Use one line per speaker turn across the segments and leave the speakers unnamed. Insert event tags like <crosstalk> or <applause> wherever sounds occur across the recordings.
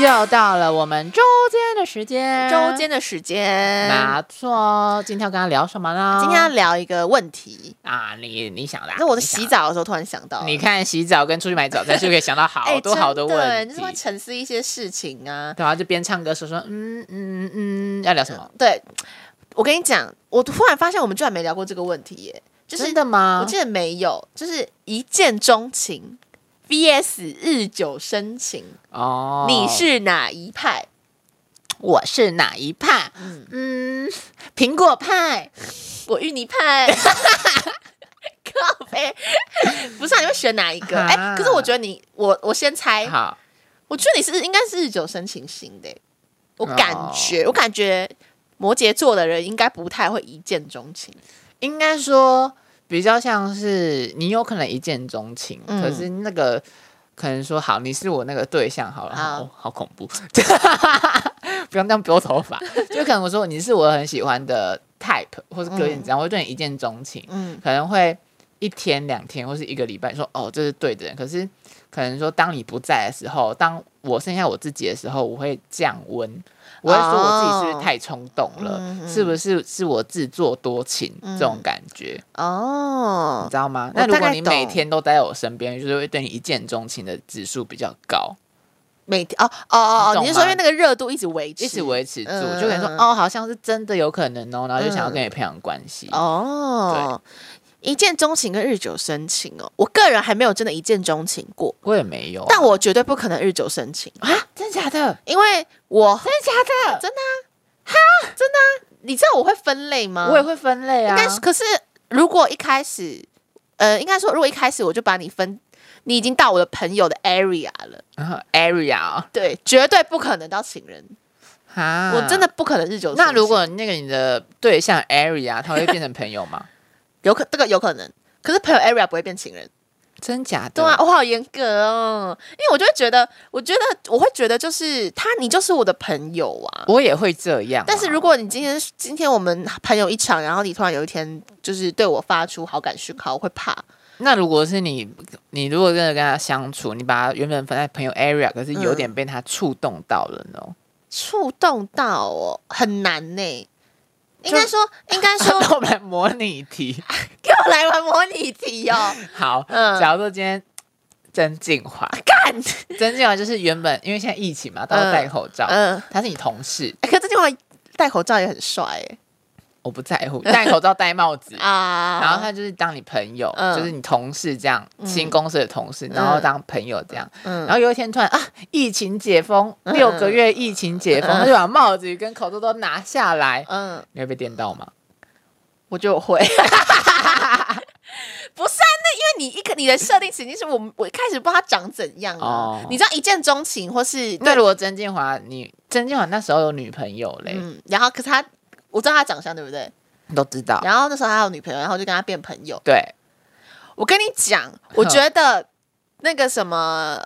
又到了我们周间的时间，
周间的时间，
没错。今天要跟他聊什么呢？
今天要聊一个问题。
啊，你你想的、啊，
那我在
你想
洗
的。
澡的时候突然想到，
你看洗澡跟出去买早餐，是不是可以想到好
<laughs>
多好多
哎对，
问
就
题？
是会沉思一些事情啊。
对啊，就边唱歌说说，嗯嗯嗯，要聊什么？
对，我跟你讲，我突然发现我们居然没聊过这个问题耶，就是
真的吗
我？记得没有，就是一见钟情 VS 日久生情，
哦，
你是哪一派？
我是哪一派？
嗯 <laughs>
嗯，苹果派。
我芋泥派。 <laughs> 靠背， <laughs> 不是、啊、你会选哪一个？哎、
啊
可是我觉得你，我我先猜，
好，
我觉得你是应该是日久生情型的欸、我感
哦
觉，我感觉摩羯座的人应该不太会一见钟情。
应该说比较像是你有可能一见钟情，
嗯
可是那个可能说好你是我那个对象好了，
好
哦、好恐怖， <laughs> 不用这样拨头发，就可能我说你是我很喜欢的 type 或是个性，这样、我会对你一见钟情，
嗯，
可能会一天两天或是一个礼拜说哦这是对的人，可是可能说当你不在的时候，当我剩下我自己的时候，我会降温。我会说我自己是不
哦
是太冲动了，
嗯嗯
是不是是我自作多情、这种感觉？你
哦，
知道吗？
我
那如
大
果
概
你每
懂
天都待在我身边，就是会对你一见钟情的指数比较高，
每天哦哦
你
哦哦，
懂
你是说因
吗
为那个热度一直维持，
一直维持住，
嗯
就可能说
嗯
哦，好像是真的有可能哦，然后就想要跟你培养关系。
哦。一见钟情跟日久生情哦，我个人还没有真的一见钟情过，
我也没有啊，
但我绝对不可能日久生情，
啊，真假的，
因为我
真假的，
你知道我会分类吗？
我也会分类啊。
但是可是如果一开始，呃，应该说如果一开始我就把你分，你已经到我的朋友的 area 了，
然后 area 哦
对，绝对不可能到情人，
啊，
我真的。不可能日久生情。
那如果那个你的对象 area，他会变成朋友
<laughs>
吗？
有可这个有可能，可是朋友 area 不会变情人，
真假的？
对啊，，我好严格哦，因为我就会觉得，我觉得我会觉得就是他，你就是我的朋友啊。
我也会这样啊。
但是如果你今天今天我们朋友一场，然后你突然有一天就是对我发出好感讯号，我会怕。
那如果是你，你如果真的跟他相处，你把他原本放在朋友 area，可是有
嗯
点被他触动到了呢？
触动到哦，很难呢、应
就
该说，应该 <laughs>
<laughs>
说，
那我们来模拟
<laughs>
题。
给我来玩模拟题哦。
好，
嗯
假如说今天曾静华，
<laughs> 干，
曾静华就是原本因为现在疫情嘛，大家都戴口罩，
<laughs> 嗯，
他是你同事，
哎可这句话戴口罩也很帅哎、
我不在乎，戴口罩戴帽子。
啊。
然后他就是当你朋友，
嗯
就是你同事这样，新公司的同事，然后当朋友这样。
嗯
然后有一天突然啊，疫情解封，
嗯
六个月疫情解封，他就把帽子跟口罩都拿下来，
嗯，
你会被电到吗？
我觉得我会。 <laughs> 不是啊，那因为你一个你的设定情境是我我一开始不知道他长怎样啊，
哦
你知道一见钟情或是
那如果曾静华，你曾静华那时候有女朋友嘞，
嗯，然后可是他我知道他长相对不对？
你都知道，
然后那时候他有女朋友，然后我就跟他变朋友。
对，
我跟你讲，我觉得那个什么，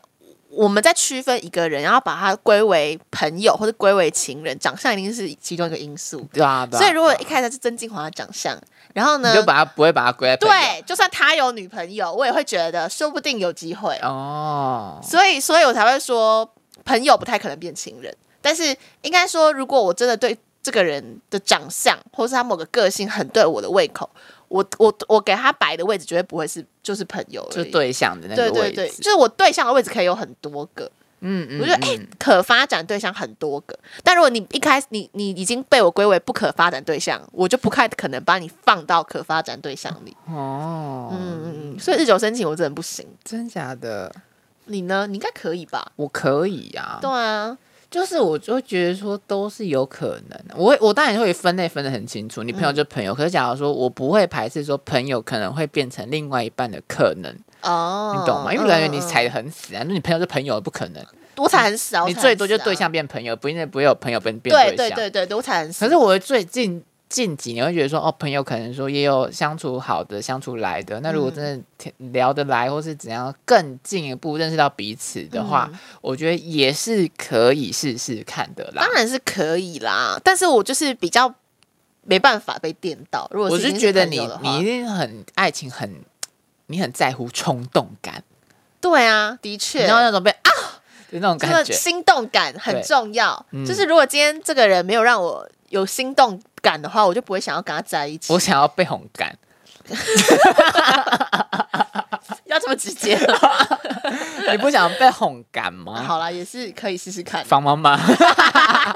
我们在区分一个人，然后把他归为朋友或者归为情人，长相一定是其中一个因素。
对啊，对啊
所以如果
对啊
一开始是曾金华的长相，然后呢
你，就把他不会把他归在朋友
对，就算他有女朋友，我也会觉得说不定有机会。
哦，
所以，所以我才会说，朋友不太可能变情人。但是应该说，如果我真的对这个人的长相，或是他某个个性很对我的胃口，我我我给他摆的位置绝对不会是就是朋友而
就
已
对象的那
对
个
对
位置，
对，就是我对象的位置可以有很多个，
嗯嗯，
我觉得哎、
嗯
可发展对象很多个。但如果你一开始你你已经被我归为不可发展对象，我就不太可能把你放到可发展对象里。
哦，
嗯嗯嗯，所以日久生情我真的不行。
真假的，
你呢？你应该可以吧？
我可以呀、
对啊，
就是我就会觉得说都是有可能，我会我当然会分类分得很清楚，你
嗯
朋友就朋友，可是假如说我不会排斥说朋友可能会变成另外一半的可能，
哦，
你懂吗？因为我感觉你
嗯嗯
踩得很死啊，那你朋友是朋友不可能，
我踩很少，
你
我踩很
最多就
死啊
对。象变朋友，不一定不会有朋友变变
对
象
对。对对对，我踩很少。
可是我最近近几年会觉得说，哦，朋友可能说也有相处好的、相处来的。那如果真的
嗯
挺聊得来，或是怎样更进一步认识到彼此的话，
嗯
我觉得也是可以试试看的啦
当。然是可以啦，但是我就是比较没办法被电到。如果
我
是已
是
经
觉得
朋
你
友的话
你一定很爱情很，你很在乎冲动感，
对啊，的
你
确
知，道那种被啊的那种
这个
感觉，
心动感很
对
重要。
嗯
就是如果今天这个人没有让我有心动感的话，我就不会想要跟他在一起。
我想要被哄感，
<laughs> 要这么直接？
你不想被哄感吗？
好啦，也是可以试试看。
房妈妈，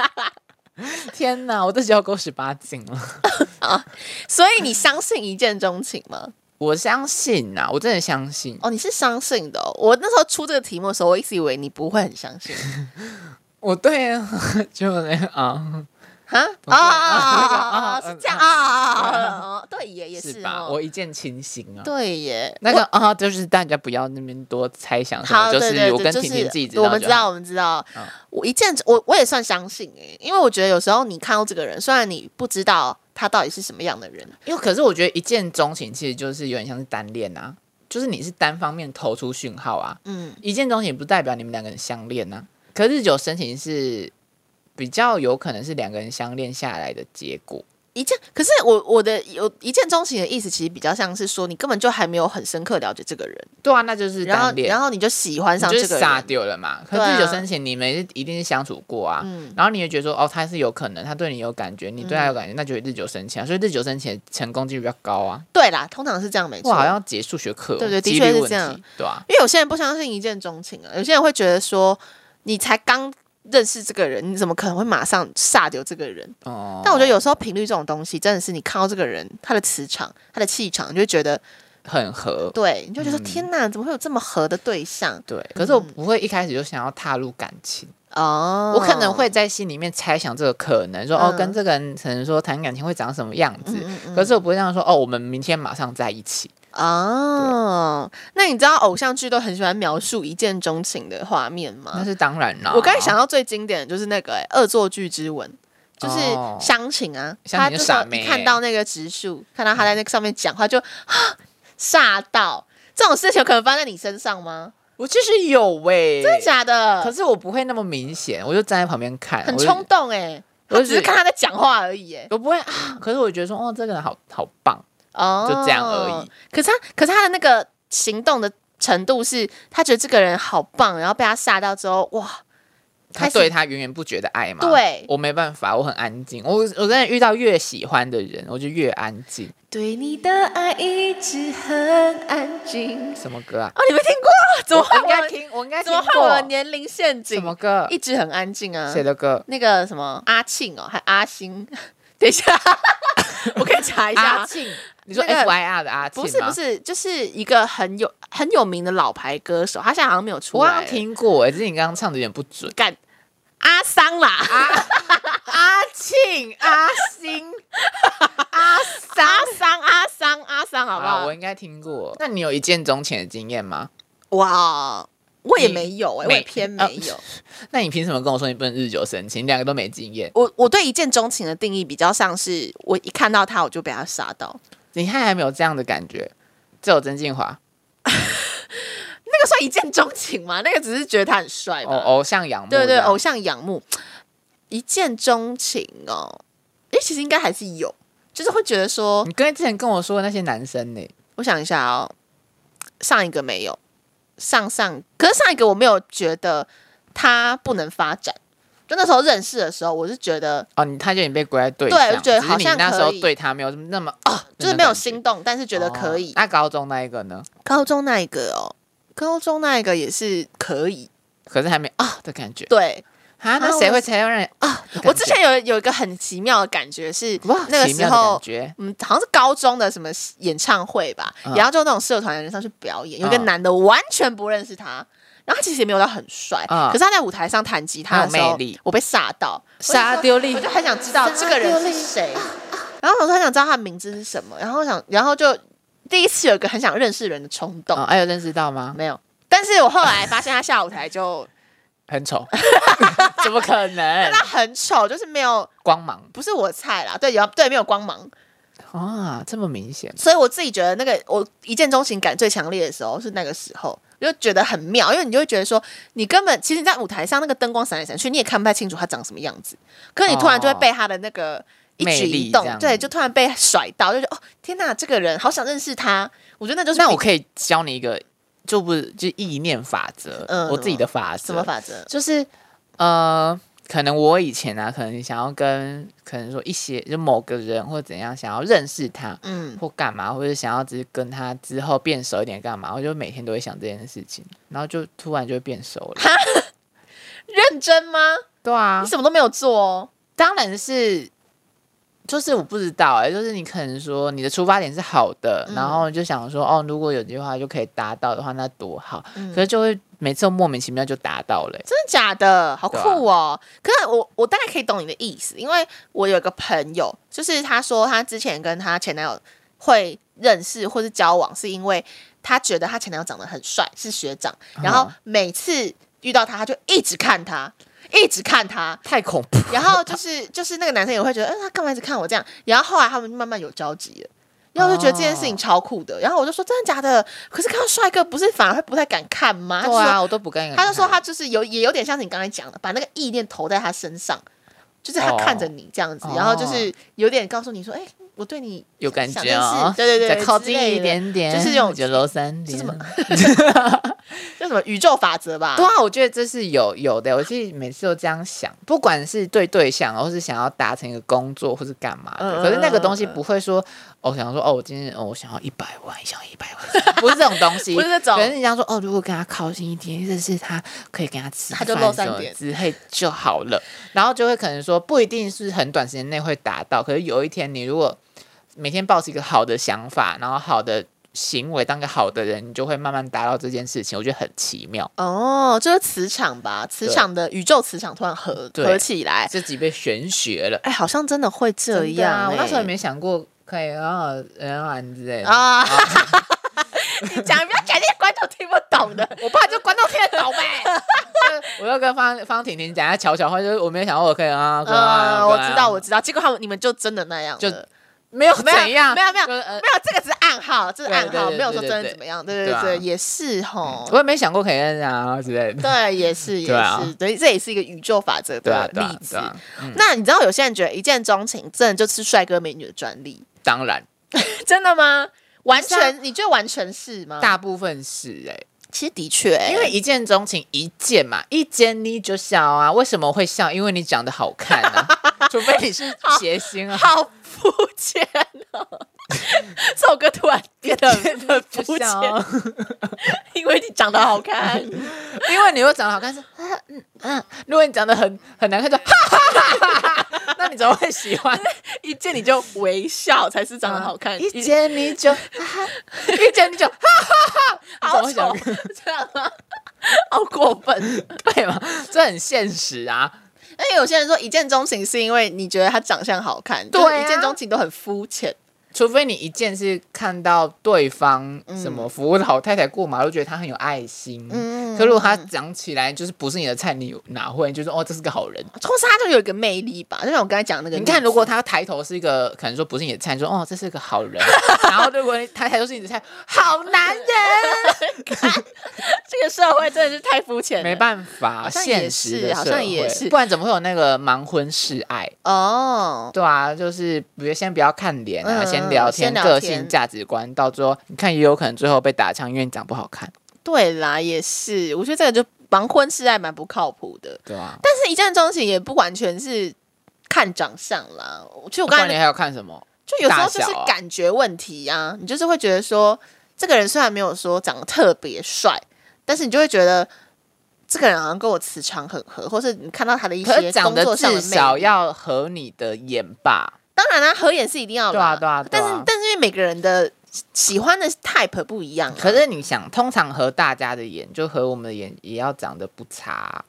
<laughs> 天哪，我这就要够十八禁了。
所以你相信一见钟情吗？
我相信呐、我真的相信。
哦，你是相信的哦、我那时候出这个题目的时候，我一直以为你不会很相
<laughs>
信。
我对 <laughs> 啊，就那个啊，
哈
不是
啊，
<laughs> 啊
是这样啊啊啊啊！啊对耶，也
是
是
吧？
哦
我一见倾心啊。
对耶。
那个啊，就是大家不要那边多猜想啊什
好，
么，就
对对
是我
对，
跟
就
婷婷自己
是
知道，
我们知。道，我们知道
嗯。
我一见我我也算相信哎，因为我觉得有时候你看到这个人，虽然你不知道他到底是什么样的人，
因为可是我觉得一见钟情其实就是有点像是单恋啊，就是你是单方面投出讯号啊。
嗯，
一见钟情不代表你们两个人相恋呐、可是日久生情是比较有可能是两个人相恋下来的结果。
一见，可是我我的有一见钟情的意思，其实比较像是说你根本就还没有很深刻了解这个人，
对啊，那就是
然后
单恋
然，后你就喜欢
你
上
就
这
是
个
傻
人，
掉了嘛。可
对啊
是日久生情，你们一定是相处过啊。
嗯
然后你也觉得说，哦，他是有可能，他对你有感觉，你对他有感觉，那就日久生情啊。所以日久生情的成功几率比较高啊。
对啦，通常是这样没错。
哇，好像解数学课哦、
对对的
几
确
率
是
问
这样
题，对啊，
因为有些人不相信一见钟情啊，有些人会觉得说，你才刚认识这个人，你怎么可能会马上煞掉这个人？
哦、
但我觉得有时候频率这种东西，真的是你看到这个人，他的磁场、他的气场，你就会觉得，
很合。
对，你就觉得、
嗯
天哪，怎么会有这么合的对象？
对，可是我不会一开始就想要踏入感情，
哦，
我可能会在心里面猜想这个可能，说哦，
嗯
跟这个人可能说谈感情会长什么样子，
嗯嗯
可是我不会这样说哦，我们明天马上在一起。
哦，那你知道偶像剧都很喜欢描述一见钟情的画面吗？
那是当然啦。
啊我刚才想到最经典的就是那个、欸《恶作剧之吻》，就是
哦
湘琴啊，
湘
她
琴就
就
是傻
一
妹嗯
看到那个植树，看到她在那个上面讲话就啊吓到。这种事情有可能发生在你身上吗？
我其实有喂、
真的假的？
可是我不会那么明显，我就站在旁边看，
很
我就
冲，动哎、
我
我
就
只是看她在讲话而已哎、
我不会啊。可是我觉得说哦，这个人好好棒，
哦，
就这样而已。
可是她，可是她的那个行动的程度是，她觉得这个人好棒，然后被他吓到之后，哇，
他
开始
对他源源不绝的爱嘛。
对
我没办法，我很安静。我我真的遇到越喜欢的人，我就越安静。
对你的爱一直很安静。
什么歌啊？
哦，你没听过？怎么
我
会
应该听，我应该
<laughs> 怎
听
么
过。
会我的年龄陷
什
阱？
么歌？
一直很安静啊
谁？的歌？
那个什么阿庆哦，还阿星。 <laughs> 等一下，我可以查一下
阿。庆，啊你说
那个
F Y R 的阿庆
不是
吗
不，是，就是一个很有很有名的老牌歌手，他现在好像没有出
我好
来
像
了。
听过哎，只是你刚刚唱的有点不准。
干阿桑啦，
阿
<laughs>
庆、阿星、阿三
阿桑阿桑阿桑，好不
啊，
好
我？应该听过。那你有一见钟情的经验吗？
哇，我也
你
没有哎，我
没
也偏
呃
没有。
那你凭什么跟我说你不能日久生情？你两个都没经验，
我我对一见钟情的定义比较像是，我一看到他我就被他杀到。
你看还没有这样的感觉，只有曾静华
那个算一见钟情吗？那个只是觉得他很帅嘛。
偶哦偶像仰慕这
对
样，
对，偶像仰慕，一见钟情哦。诶，其实应该还是有，就是会觉得说，
你跟之前跟我说的那些男生呢？
我想一下哦，上一个没有，上上，可是上一个我没有觉得他不能发展。就那时候认识的时候，我是觉得
哦，你他就已经被归在对象，
对我觉得
只是
好像
你那时候
可以
对他没有那么啊，
哦就是没有心动，但是觉得可以。
哦那高中那一个呢？
高中那一个哦，高中那一个也是可以。
可是还没啊的感觉
对
啊，那
啊
谁
我
会才要让人啊？的感
我之
觉
前有有一个很奇妙的感觉是，
哇，
那个
奇
时
妙的
候
感觉
嗯，好像是高中的什么演唱会吧，
嗯
然后就那种社团的人上去表演，有一个
嗯
男的完全不认识他，然后他其实也没有到很帅，
嗯
可是他在舞台上弹吉他的时
很
候
有魅力，
我被吓到，
沙丢力
我就很想知道这个人是谁，然后我就很想知道他的名字是什么，然后想，然后就第一次有一个很想认识人的冲动，
哦，还有认识到吗？
没有，但是我后来发现他下舞台就，
<laughs> 很丑， <laughs> 怎么可能
但？他很丑，就是没有，
光芒
不是我的菜啦，对，有对没有光芒，
啊，这么明显
所以我自己觉得那个我一见钟情感最强烈的时候是那个时候，就觉得很妙，因为你就会觉得说，你根本其实你在舞台上那个灯光闪来闪去，你也看不太清楚他长什么样子，可是你突然就会被他的那个一举
魅
一
力
动
这，样
对，就突然被甩到，就觉得哦，天哪，这个人好想认识他。我觉得那就是
那我
比
可以教你一个，就不是就意念法则，
嗯
我自己的法则。
什么法则？
就是呃，可能我以前啊，可能想要跟可能说一些就某个人或怎样，想要认识他
嗯，
或干嘛，或者想要只是跟他之后变熟一点干嘛，我就每天都会想这件事情，然后就突然就会变熟了。
认真吗？
对啊
你，什么都没有做哦。
当然是。就是我不知道哎、就是你可能说你的出发点是好的，
嗯
然后你就想说哦，如果有句话就可以达到的话，那多好。
嗯
可是就会每次都莫名其妙就达到了欸、
真的假的？好酷
对啊
哦！可是我我大概可以懂你的意思，因为我有一个朋友，就是他说他之前跟他前男友会认识或是交往，是因为他觉得他前男友长得很帅，是学长，然后
嗯
每次遇到他，他就一直看他，一直看他，
太恐怖。
然
<laughs>
后就是就是那个男生也会觉得，嗯、他干嘛一直看我这样？然后后来他们就慢慢有交集了。然后我就觉得这件事情超酷的，然后我就说真的假的？可是看到帅哥不是反而会不太敢看吗？他就
对
说
啊，我都不敢。
他就说他就是有也有点像是你刚才讲的，把那个意念投在他身上，就是他
哦
看着你这样子，
哦
然后就是有点告诉你说，哎、我对你
有感
想
觉啊、
认识对对对
再靠
之
近
类
一
的
点点，
就是这种
九楼三点
是什么叫什么宇宙法则吧？
对啊，我觉得这是有有的，我自己每次都这样想，不管是对对象，哦或是想要达成一个工作，或是干嘛的，
嗯
可是那个
嗯
东西
嗯
不会说，哦，想说哦，我今天哦，我想要一百万，想要一百万， <laughs> 不是这种东西，
<laughs> 不是这种
可是你想说，哦，如果跟他靠近一点，认识他，可以跟他吃
他
饭
就
什
露
么
三点
之类就好了，然后就会可能说，不一定是很短时间内会达到，可是有一天你如果每天保持一个好的想法，然后好的。行为当个好的人，你就会慢慢达到这件事情，我觉得很奇妙。
哦，就是磁场吧，磁场的宇宙磁场突然合
对
合起来，
自己被玄学了。
哎、好像真的会这
真的
样、
啊我那时候也
哎
没想过可以哦让人玩之类的。
啊。 <laughs> 你讲不要讲这些观众听不懂的，
<laughs> 我爸就观众听得懂呗。我就跟方方婷婷讲一下悄悄话，就是我没有想过我可以啊，可以啊
嗯，我知道，
可
我
以啊
知道。结果他们你们就真的那样了，
就没有
没有
怎样，
没有没有
就是呃
没有，这个只是暗号，这是
对
暗
对
号，
对
没有说
对对
真的
对
怎么样。对
对
对
啊
对，也是吼。
我也没想过可以认识啊之类的。
对，也是
<laughs>
也
对啊
是，对，这也是一个宇宙法则
对啊
的，
对啊
例，子
对。啊嗯，
那你知道有些人觉得一见钟情真的就是帅哥美女的专利，
当然，
真的吗？完
是啊
全，你觉得完全是吗？
大部分是哎，
其实的确欸，
因为一见钟情，一见嘛，一见你就笑啊。为什么会笑？因为你长得好看
<laughs>
啊，除非你是谐星啊。
好肤浅哦，
<laughs>
这首歌突然变得变得
就
肤浅，
笑啊
<laughs> 因为你长得
<laughs>
好看。
因为你又长得好看是，啊嗯嗯，如果你长得很很难看就，哈 <laughs> 哈哈哈哈，那你怎么会喜欢？
一见你就微笑才是 <laughs> 长得好
<laughs>
看，
一见你就，一见你就，
好
你
丑
怎么会，
<laughs> 这样吗？好过分！
<laughs> 对嘛？这很现实啊。
而且有些人说一见钟情是因为你觉得他长相好看，就是
对啊
一见钟情都很肤浅。
除非你一见是看到对方什么服务老太太过马路，觉得她很有爱心。
嗯
可如果她长起来就是不是你的菜，你哪会就说哦这是个好人？
同时他就有一个魅力吧，就像我刚才讲的那个例
你
子，
看，如果她抬头是一个可能说不是你的菜，你说哦这是个好 <laughs> 人。然后如果她抬头是你的菜，好男人。
这个社会真的是太肤浅
<laughs>
了，
没办法，
好像也
现实
是
的
好
社
像
会
也是
不然怎么会有那个盲婚示爱？
哦。
对啊，就是比如先不要看脸啊，
嗯
先聊天、
先聊
个
天
性、价值观，到最后你看也有可能最后被打枪，因为你长不好看，
对啦，也是，我觉得这个就盲婚是还蛮不靠谱的。
对啊。
但是一见钟情也不完全是看长相啦，其实我
不
刚才
然你还要看什么？
就有时候就
大
是
小啊
感觉问题啊，你就是会觉得说，这个人虽然没有说长得特别帅，但是你就会觉得这个人好像跟我磁场很合，或是你看到他的一
可
些
是长
工
得
作上
至
的
少
魅力。
要合你的眼吧？
当然啦、合眼是一定要的啦，
对啊对啊对
但
啊
是但是因为每个人的喜欢的 type 不一样啊、
可是你想，通常合大家的眼，就合我们的眼也要长得不差，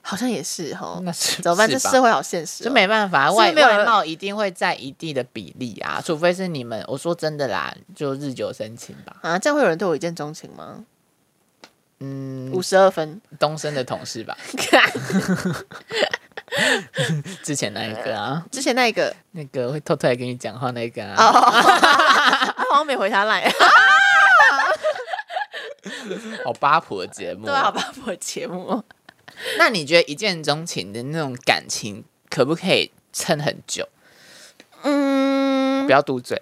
好像也是哈，
那是
怎么办？
是
这
吧
社会好现实、哦
就。没办法，
是
外
没有人
外貌一定会在一定的比例啊，除非是你们，我说真的啦，就日久生情吧。
啊，这样会有人对我一见钟情吗？
嗯，
五十
<laughs>
二分，
东升的同事吧，之前那一个啊，
之前那个
那个会偷偷来跟你讲话那个
哦，
啊，
他好像没回他来，
<laughs> 好八婆的节目。啊哦
对，啊好吧，我节目。
那你觉得一见钟情的那种感情，可不可以撑很久？
嗯
不要嘟嘴。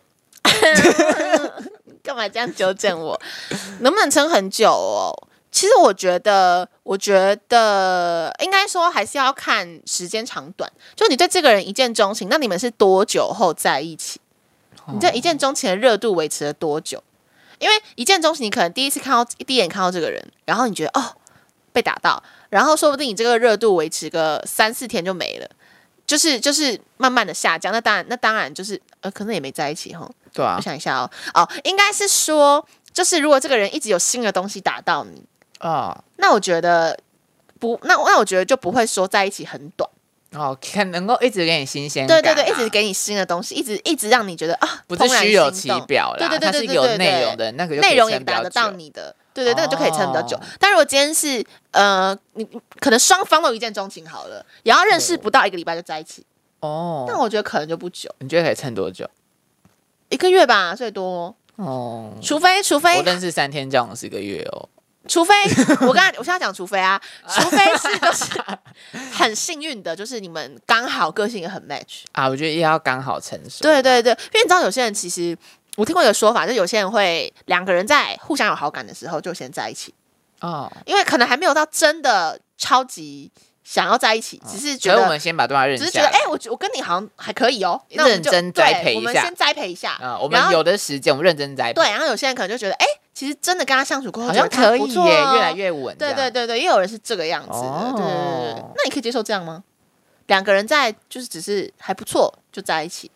干嘛这样纠正我？ <laughs> 能不能撑很久哦？其实我觉得，我觉得应该说还是要看时间长短。就你对这个人一见钟情，那你们是多久后在一起？你这一见钟情的热度维持了多久？因为一见钟情，你可能第一次看到第一眼看到这个人，然后你觉得哦被打到，然后说不定你这个热度维持个三四天就没了，就是就是慢慢的下降。那当然，那当然就是呃，可能也没在一起哈。
对啊
我，想一下哦，哦，应该是说，就是如果这个人一直有新的东西打到你，
啊、
那我觉得不，那那我觉得就不会说在一起很短。
哦，看能够一直给你新鲜感、
对
啊，
对对，一直给你新的东西，一直一直让你觉得啊，
不
怦
是
然
虚有
心
其
动
表啦，
对对对
它
对
是
对
有
对
内
对
容的，那个就可以
内容也
撑比较
打得到
久，
你的，对对，那个就可以撑比较久
哦。
但如果今天是呃，你可能双方都一见钟情好了，也要认识不到一个礼拜就在一起，那
哦。
我觉得可能就不久，
你觉得可以撑多久？
一个月吧，最多。
哦，
除非除非
我认识三天，交往四个月哦。
除非我刚才我现在讲，除非
<laughs>
啊，除非是就是很幸运的，就是你们刚好个性也很 match。
啊，我觉得也要刚好成熟。
对对对，因为你知道有些人其实我听过一个说法，就有些人会两个人在互相有好感的时候就先在一起，
哦，
因为可能还没有到真的超级想要在一起，只是觉
啊所以我
得
们先把对方认
只
识
是
下
觉得
来。
哎、我觉我跟你好像还可以哦，那我们就
认真
对
栽培一
我们
下
先栽培一下。
啊，我
哎然
们
后
有的时间，我们认真栽培，
对，然后有些人可能就觉得哎、其实真的跟他相处过后
好像
觉得他
可以
不
耶，
错哦
越来越稳。
对
这
对
样，
对对，也有人是这个样子的。
哦
对对对对，那你可以接受这样吗？两个人在就是只是还不错就在一起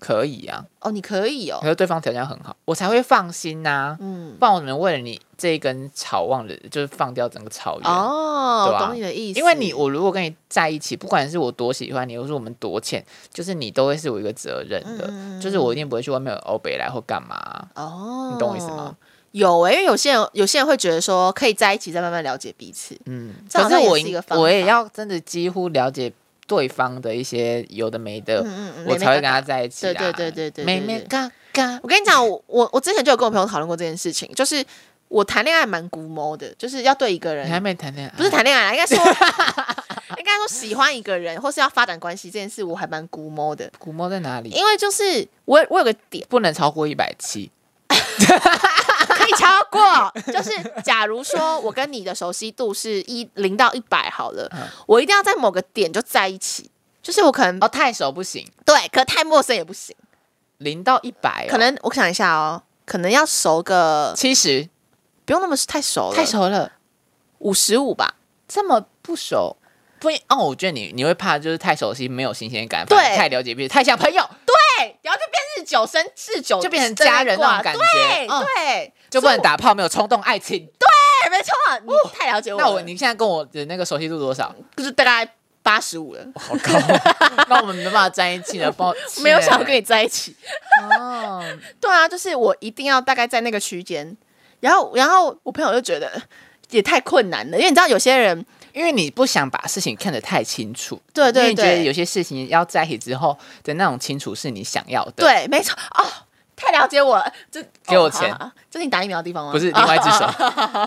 可以啊。
哦，你可以哦
可，是对方条件很好，我才会放心呐。
嗯，
不然我怎么为了你这一根草忘了，就是放掉整个草原？
哦，
对吧
懂你的意思，
因为你，我如果跟你在一起，不管是我多喜欢你，或是我们多欠，就是你都会是我一个责任的，
嗯嗯嗯
就是我一定不会去外面有欧北来或干嘛、
哦，
你懂我意思吗？
有欸诶、因为有些人有些人会觉得说可以在一起再慢慢了解彼此，
嗯，
这好
可
像也
我
是一个
应
方法
我也要真的几乎了解对方的一些有的没的，
嗯嗯嗯，
我
妹妹
才会跟
嘎
他
嘎
在一起、啊。
对对对对对，
妹
对
妹
对
嘎嘎，
我跟你讲，我我我之前就有跟我朋友讨论过这件事情，就是我谈恋爱蛮古摸的，就是要对一个人
你还没谈恋爱，
不是谈恋爱 <laughs> 啦，应该说，应该说喜欢一个人或是要发展关系这件事，我还蛮估摸的，
古猫在哪里？
因为就是我我有个 <laughs> 点
不能超过一百七。
可以超过，就是假如说我跟你的熟悉度是一零到一百好了
嗯，
我一定要在某个点就在一起，就是我可能、
哦，太熟不行，
对，可太陌生也不行，
零到一百、
可能我想一下哦，可能要熟个
七十，
不用那么太熟了，
太熟了，
五十五吧，
这么不熟。不一哦，我觉得你你会怕，就是太熟悉，没有新鲜感，
对
反而太了解彼此，太像朋友，
对，然后就变日久生日久
就变成家人那种感觉
对
嗯
对，
就不能
所以我
打炮，没有冲动爱情。
哎，没错，你太了解我了。
那我你现在跟我的那个熟悉度多少？
就是大概八十五了，
好高，那我们没办法在一起了，抱歉。
没有想要跟你在一起。
哦，
对啊，就是我一定要大概在那个区间。然后，然后我朋友就觉得也太困难了，因为你知道有些人
<laughs> 因为你不想把事情看得太清楚，
对对
因为你觉得
对
有些事情要在一起之后的那种清楚是你想要的，，
对，没错哦，太了解我了，这
给我
哦好
钱
好好这是你打疫苗的地方吗？
不是另外一只手
啊，
<laughs>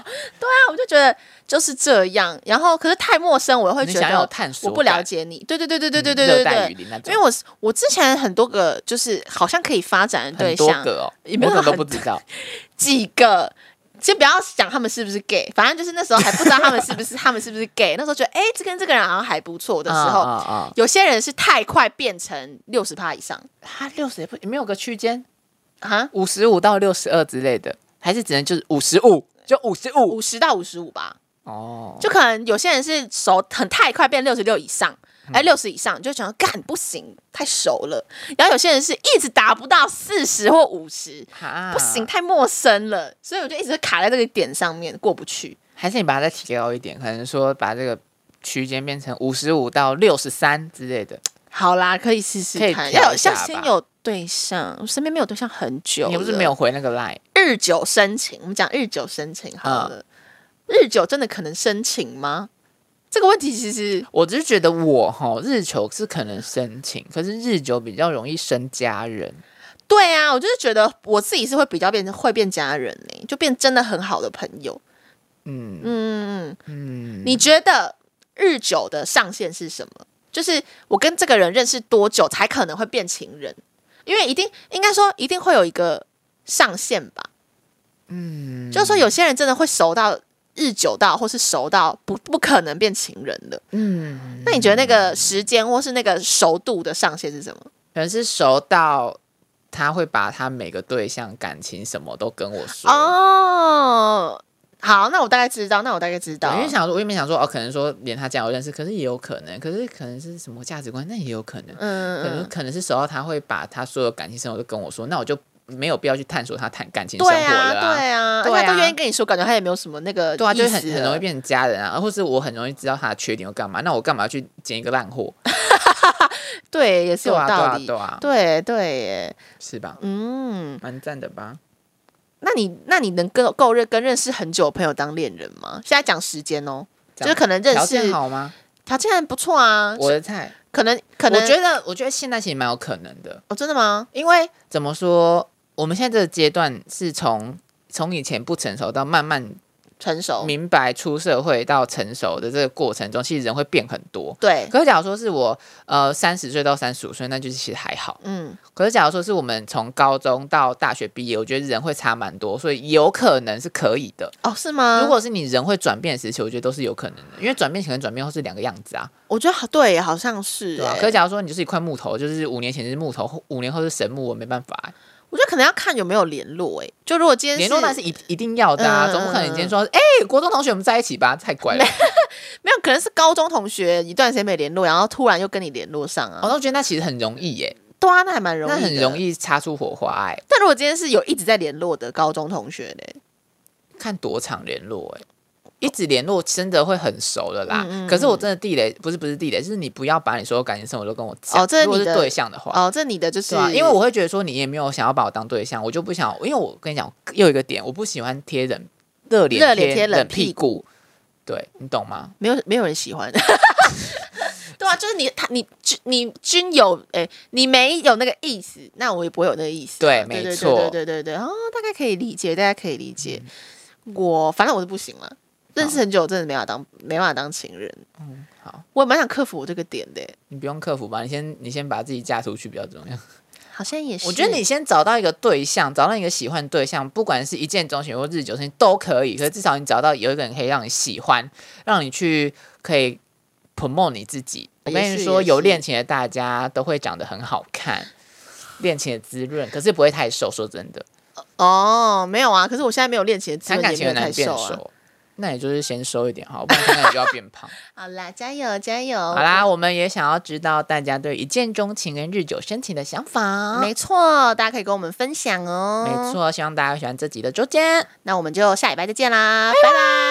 我就觉得就是这样。然后，可是太陌生，我会
你
觉
想要有
得
探索感，嗯
我不了解你。对对对对对对对
热
对
带雨
对。
林那种，
因为我是我之前很多个就是好像可以发展的对
很多
象，
个哦，
也
<laughs>
没有
我怎么都
很
不知道，
几个，先不要讲他们是不是 gay，反正就是那时候还不知道他们是不是 <laughs> 他们是不是 gay，那时候觉得哎、诶这跟这个人好像还不错的时候，
啊啊啊，
有些人是太快变成六十趴以上
他六十不没有个区间，
啊，
五十五到六十二之类的，还是只能就是五十五，就五十五
五十到五十五吧，
哦，
就可能有些人是熟很太快变六十六以上。
嗯
哎，六十以上就想要干不行，太熟了。然后有些人是一直达不到四十或五十，
哈啊
不行，，太陌生了。所以我就一直卡在这个点上面过不去。
还是你把它再提高一点，可能说把这个区间变成五十五到六十三之类的，
好啦，可以试试
可以
看，
调
要
一
有
下
要
吧
先有对象。我身边没有对象很久，
你不是没有回那个 line
日久生情？我们讲日久生情好了，日久真的可能生情吗？这个问题其实
我只是觉得我哈日久是可能生情，可是日久比较容易生家人。
对啊，我就是觉得我自己是会比较变成会变家人呢、就变真的很好的朋友。
嗯
嗯嗯嗯，
嗯，
你觉得日久的上限是什么？就是我跟这个人认识多久才可能会变情人？因为一定应该说一定会有一个上限吧。嗯，就是说有些人真的会熟到日久到，或是熟到不不可能变情人的。
嗯，
那你觉得那个时间或是那个熟度的上限是什么？
可能是熟到他会把他每个对象感情什么都跟我说。
哦，好，那我大概知道，那我大概知
对
道，
因为想说，我原本想说，哦，可能说连他这样我认识，可是也有可能，可是可能是什么价值观，那也有可能，可能
嗯，嗯
可能是熟到他会把他所有感情生活都跟我说，那我就没有必要去探索他谈感情生活
对啊，
了、
对啊，而且
对啊
他都愿意跟你说，感觉他也没有什么那个
对啊，
意
就是很
思
很容易
了
变成家人啊，或是我很容易知道他的缺点又干嘛，那我干嘛去捡一个烂货？
对，也是
对
有
啊，对
道
啊，
理，
对啊，
对对耶，
是吧？
嗯。
蛮赞的吧？
那你那你能跟够认跟认识很久的朋友当恋人吗？现在讲时间哦，
这
就
样
是可能认
条件
识
好吗？
条件还不错啊，
我
是
的菜，
可能可
我
能
觉得，我觉得现在其实蛮有可能的，
哦真的吗？
因为怎么说，我们现在这个阶段是从从以前不成熟到慢慢
成熟
明白出社会到成熟的这个过程中，其实人会变很多。
对，
可是假如说是我呃三十岁到三十五岁，那就是其实还好。
嗯
可是假如说是我们从高中到大学毕业，我觉得人会差蛮多，所以有可能是可以的。
哦是吗？
如果是你人会转变的时期，我觉得都是有可能的，因为转变可能转变后是两个样子啊，
我觉得好对耶，好像是
对吧、啊
耶
可是假如说你就是一块木头，就是五年前是木头，后五年后是神木，我没办法、欸。
我觉得可能要看有没有联络哎，就如果今天
联络那是一一定要的啊，
嗯
总不可能你今天说，哎、国中同学我们在一起吧，太怪了。
没有，可能是高中同学一段时间没联络，然后突然又跟你联络上
我
啊，
都觉得那其实很容易耶、
对啊，那还蛮容易，
哦那很容
易。
易擦出火花哎、
但如果今天是有一直在联络的高中同学嘞，
看多长联络哎、一直联络真的会很熟的啦。
嗯嗯
可是我真的地雷不是不是地雷，就是你不要把你所有感情生活都跟我讲。
哦这是
如果
你
是
的
对象的话，
哦，这你的就是
对啊，因为我会觉得说你也没有想要把我当对象，我就不想，因为我跟你讲，又有一个点，我不喜欢贴人热脸
热脸贴冷
冷
屁
股，对你懂吗？
没有没有人
<laughs>
喜欢。对啊，就是你他你均你均有哎、你没有那个意思，那我也不会有那个意思啊。
对没
对
错
对对对对哦，大概可以理解，大家可以理解。
嗯
我反正我是不行了，认识很久，我真的没法当没办法当情人。
嗯好，
我也蛮想克服我这个点的、欸
你不用克服吧，你先你先把自己嫁出去比较重要。
好像也是。
我觉得你先找到一个对象，找到一个喜欢的对象，不管是一见钟情或日久生情都可以。可是至少你找到有一个人可以让你喜欢，让你去可以 promote 你自己。我跟
也
你
是
说，
也
有
是
恋情的大家都会长得很好看，恋情的滋润，可是不会太瘦。说真的，
哦，没有啊，可是我现在没有恋情的资
谈
本，
感
也
情
没有
很难
太
变
瘦
瘦。
啊。
那也就是先收一点好，不然现在你就要变
<laughs>
胖。
好啦，加油加油！
好啦，我们也想要知道大家对一见钟情跟日久生情的想法。
没错，大家可以跟我们分享哦。
没，错，希望大家会喜欢这集的周间。
那我们就下礼拜再见啦，拜拜。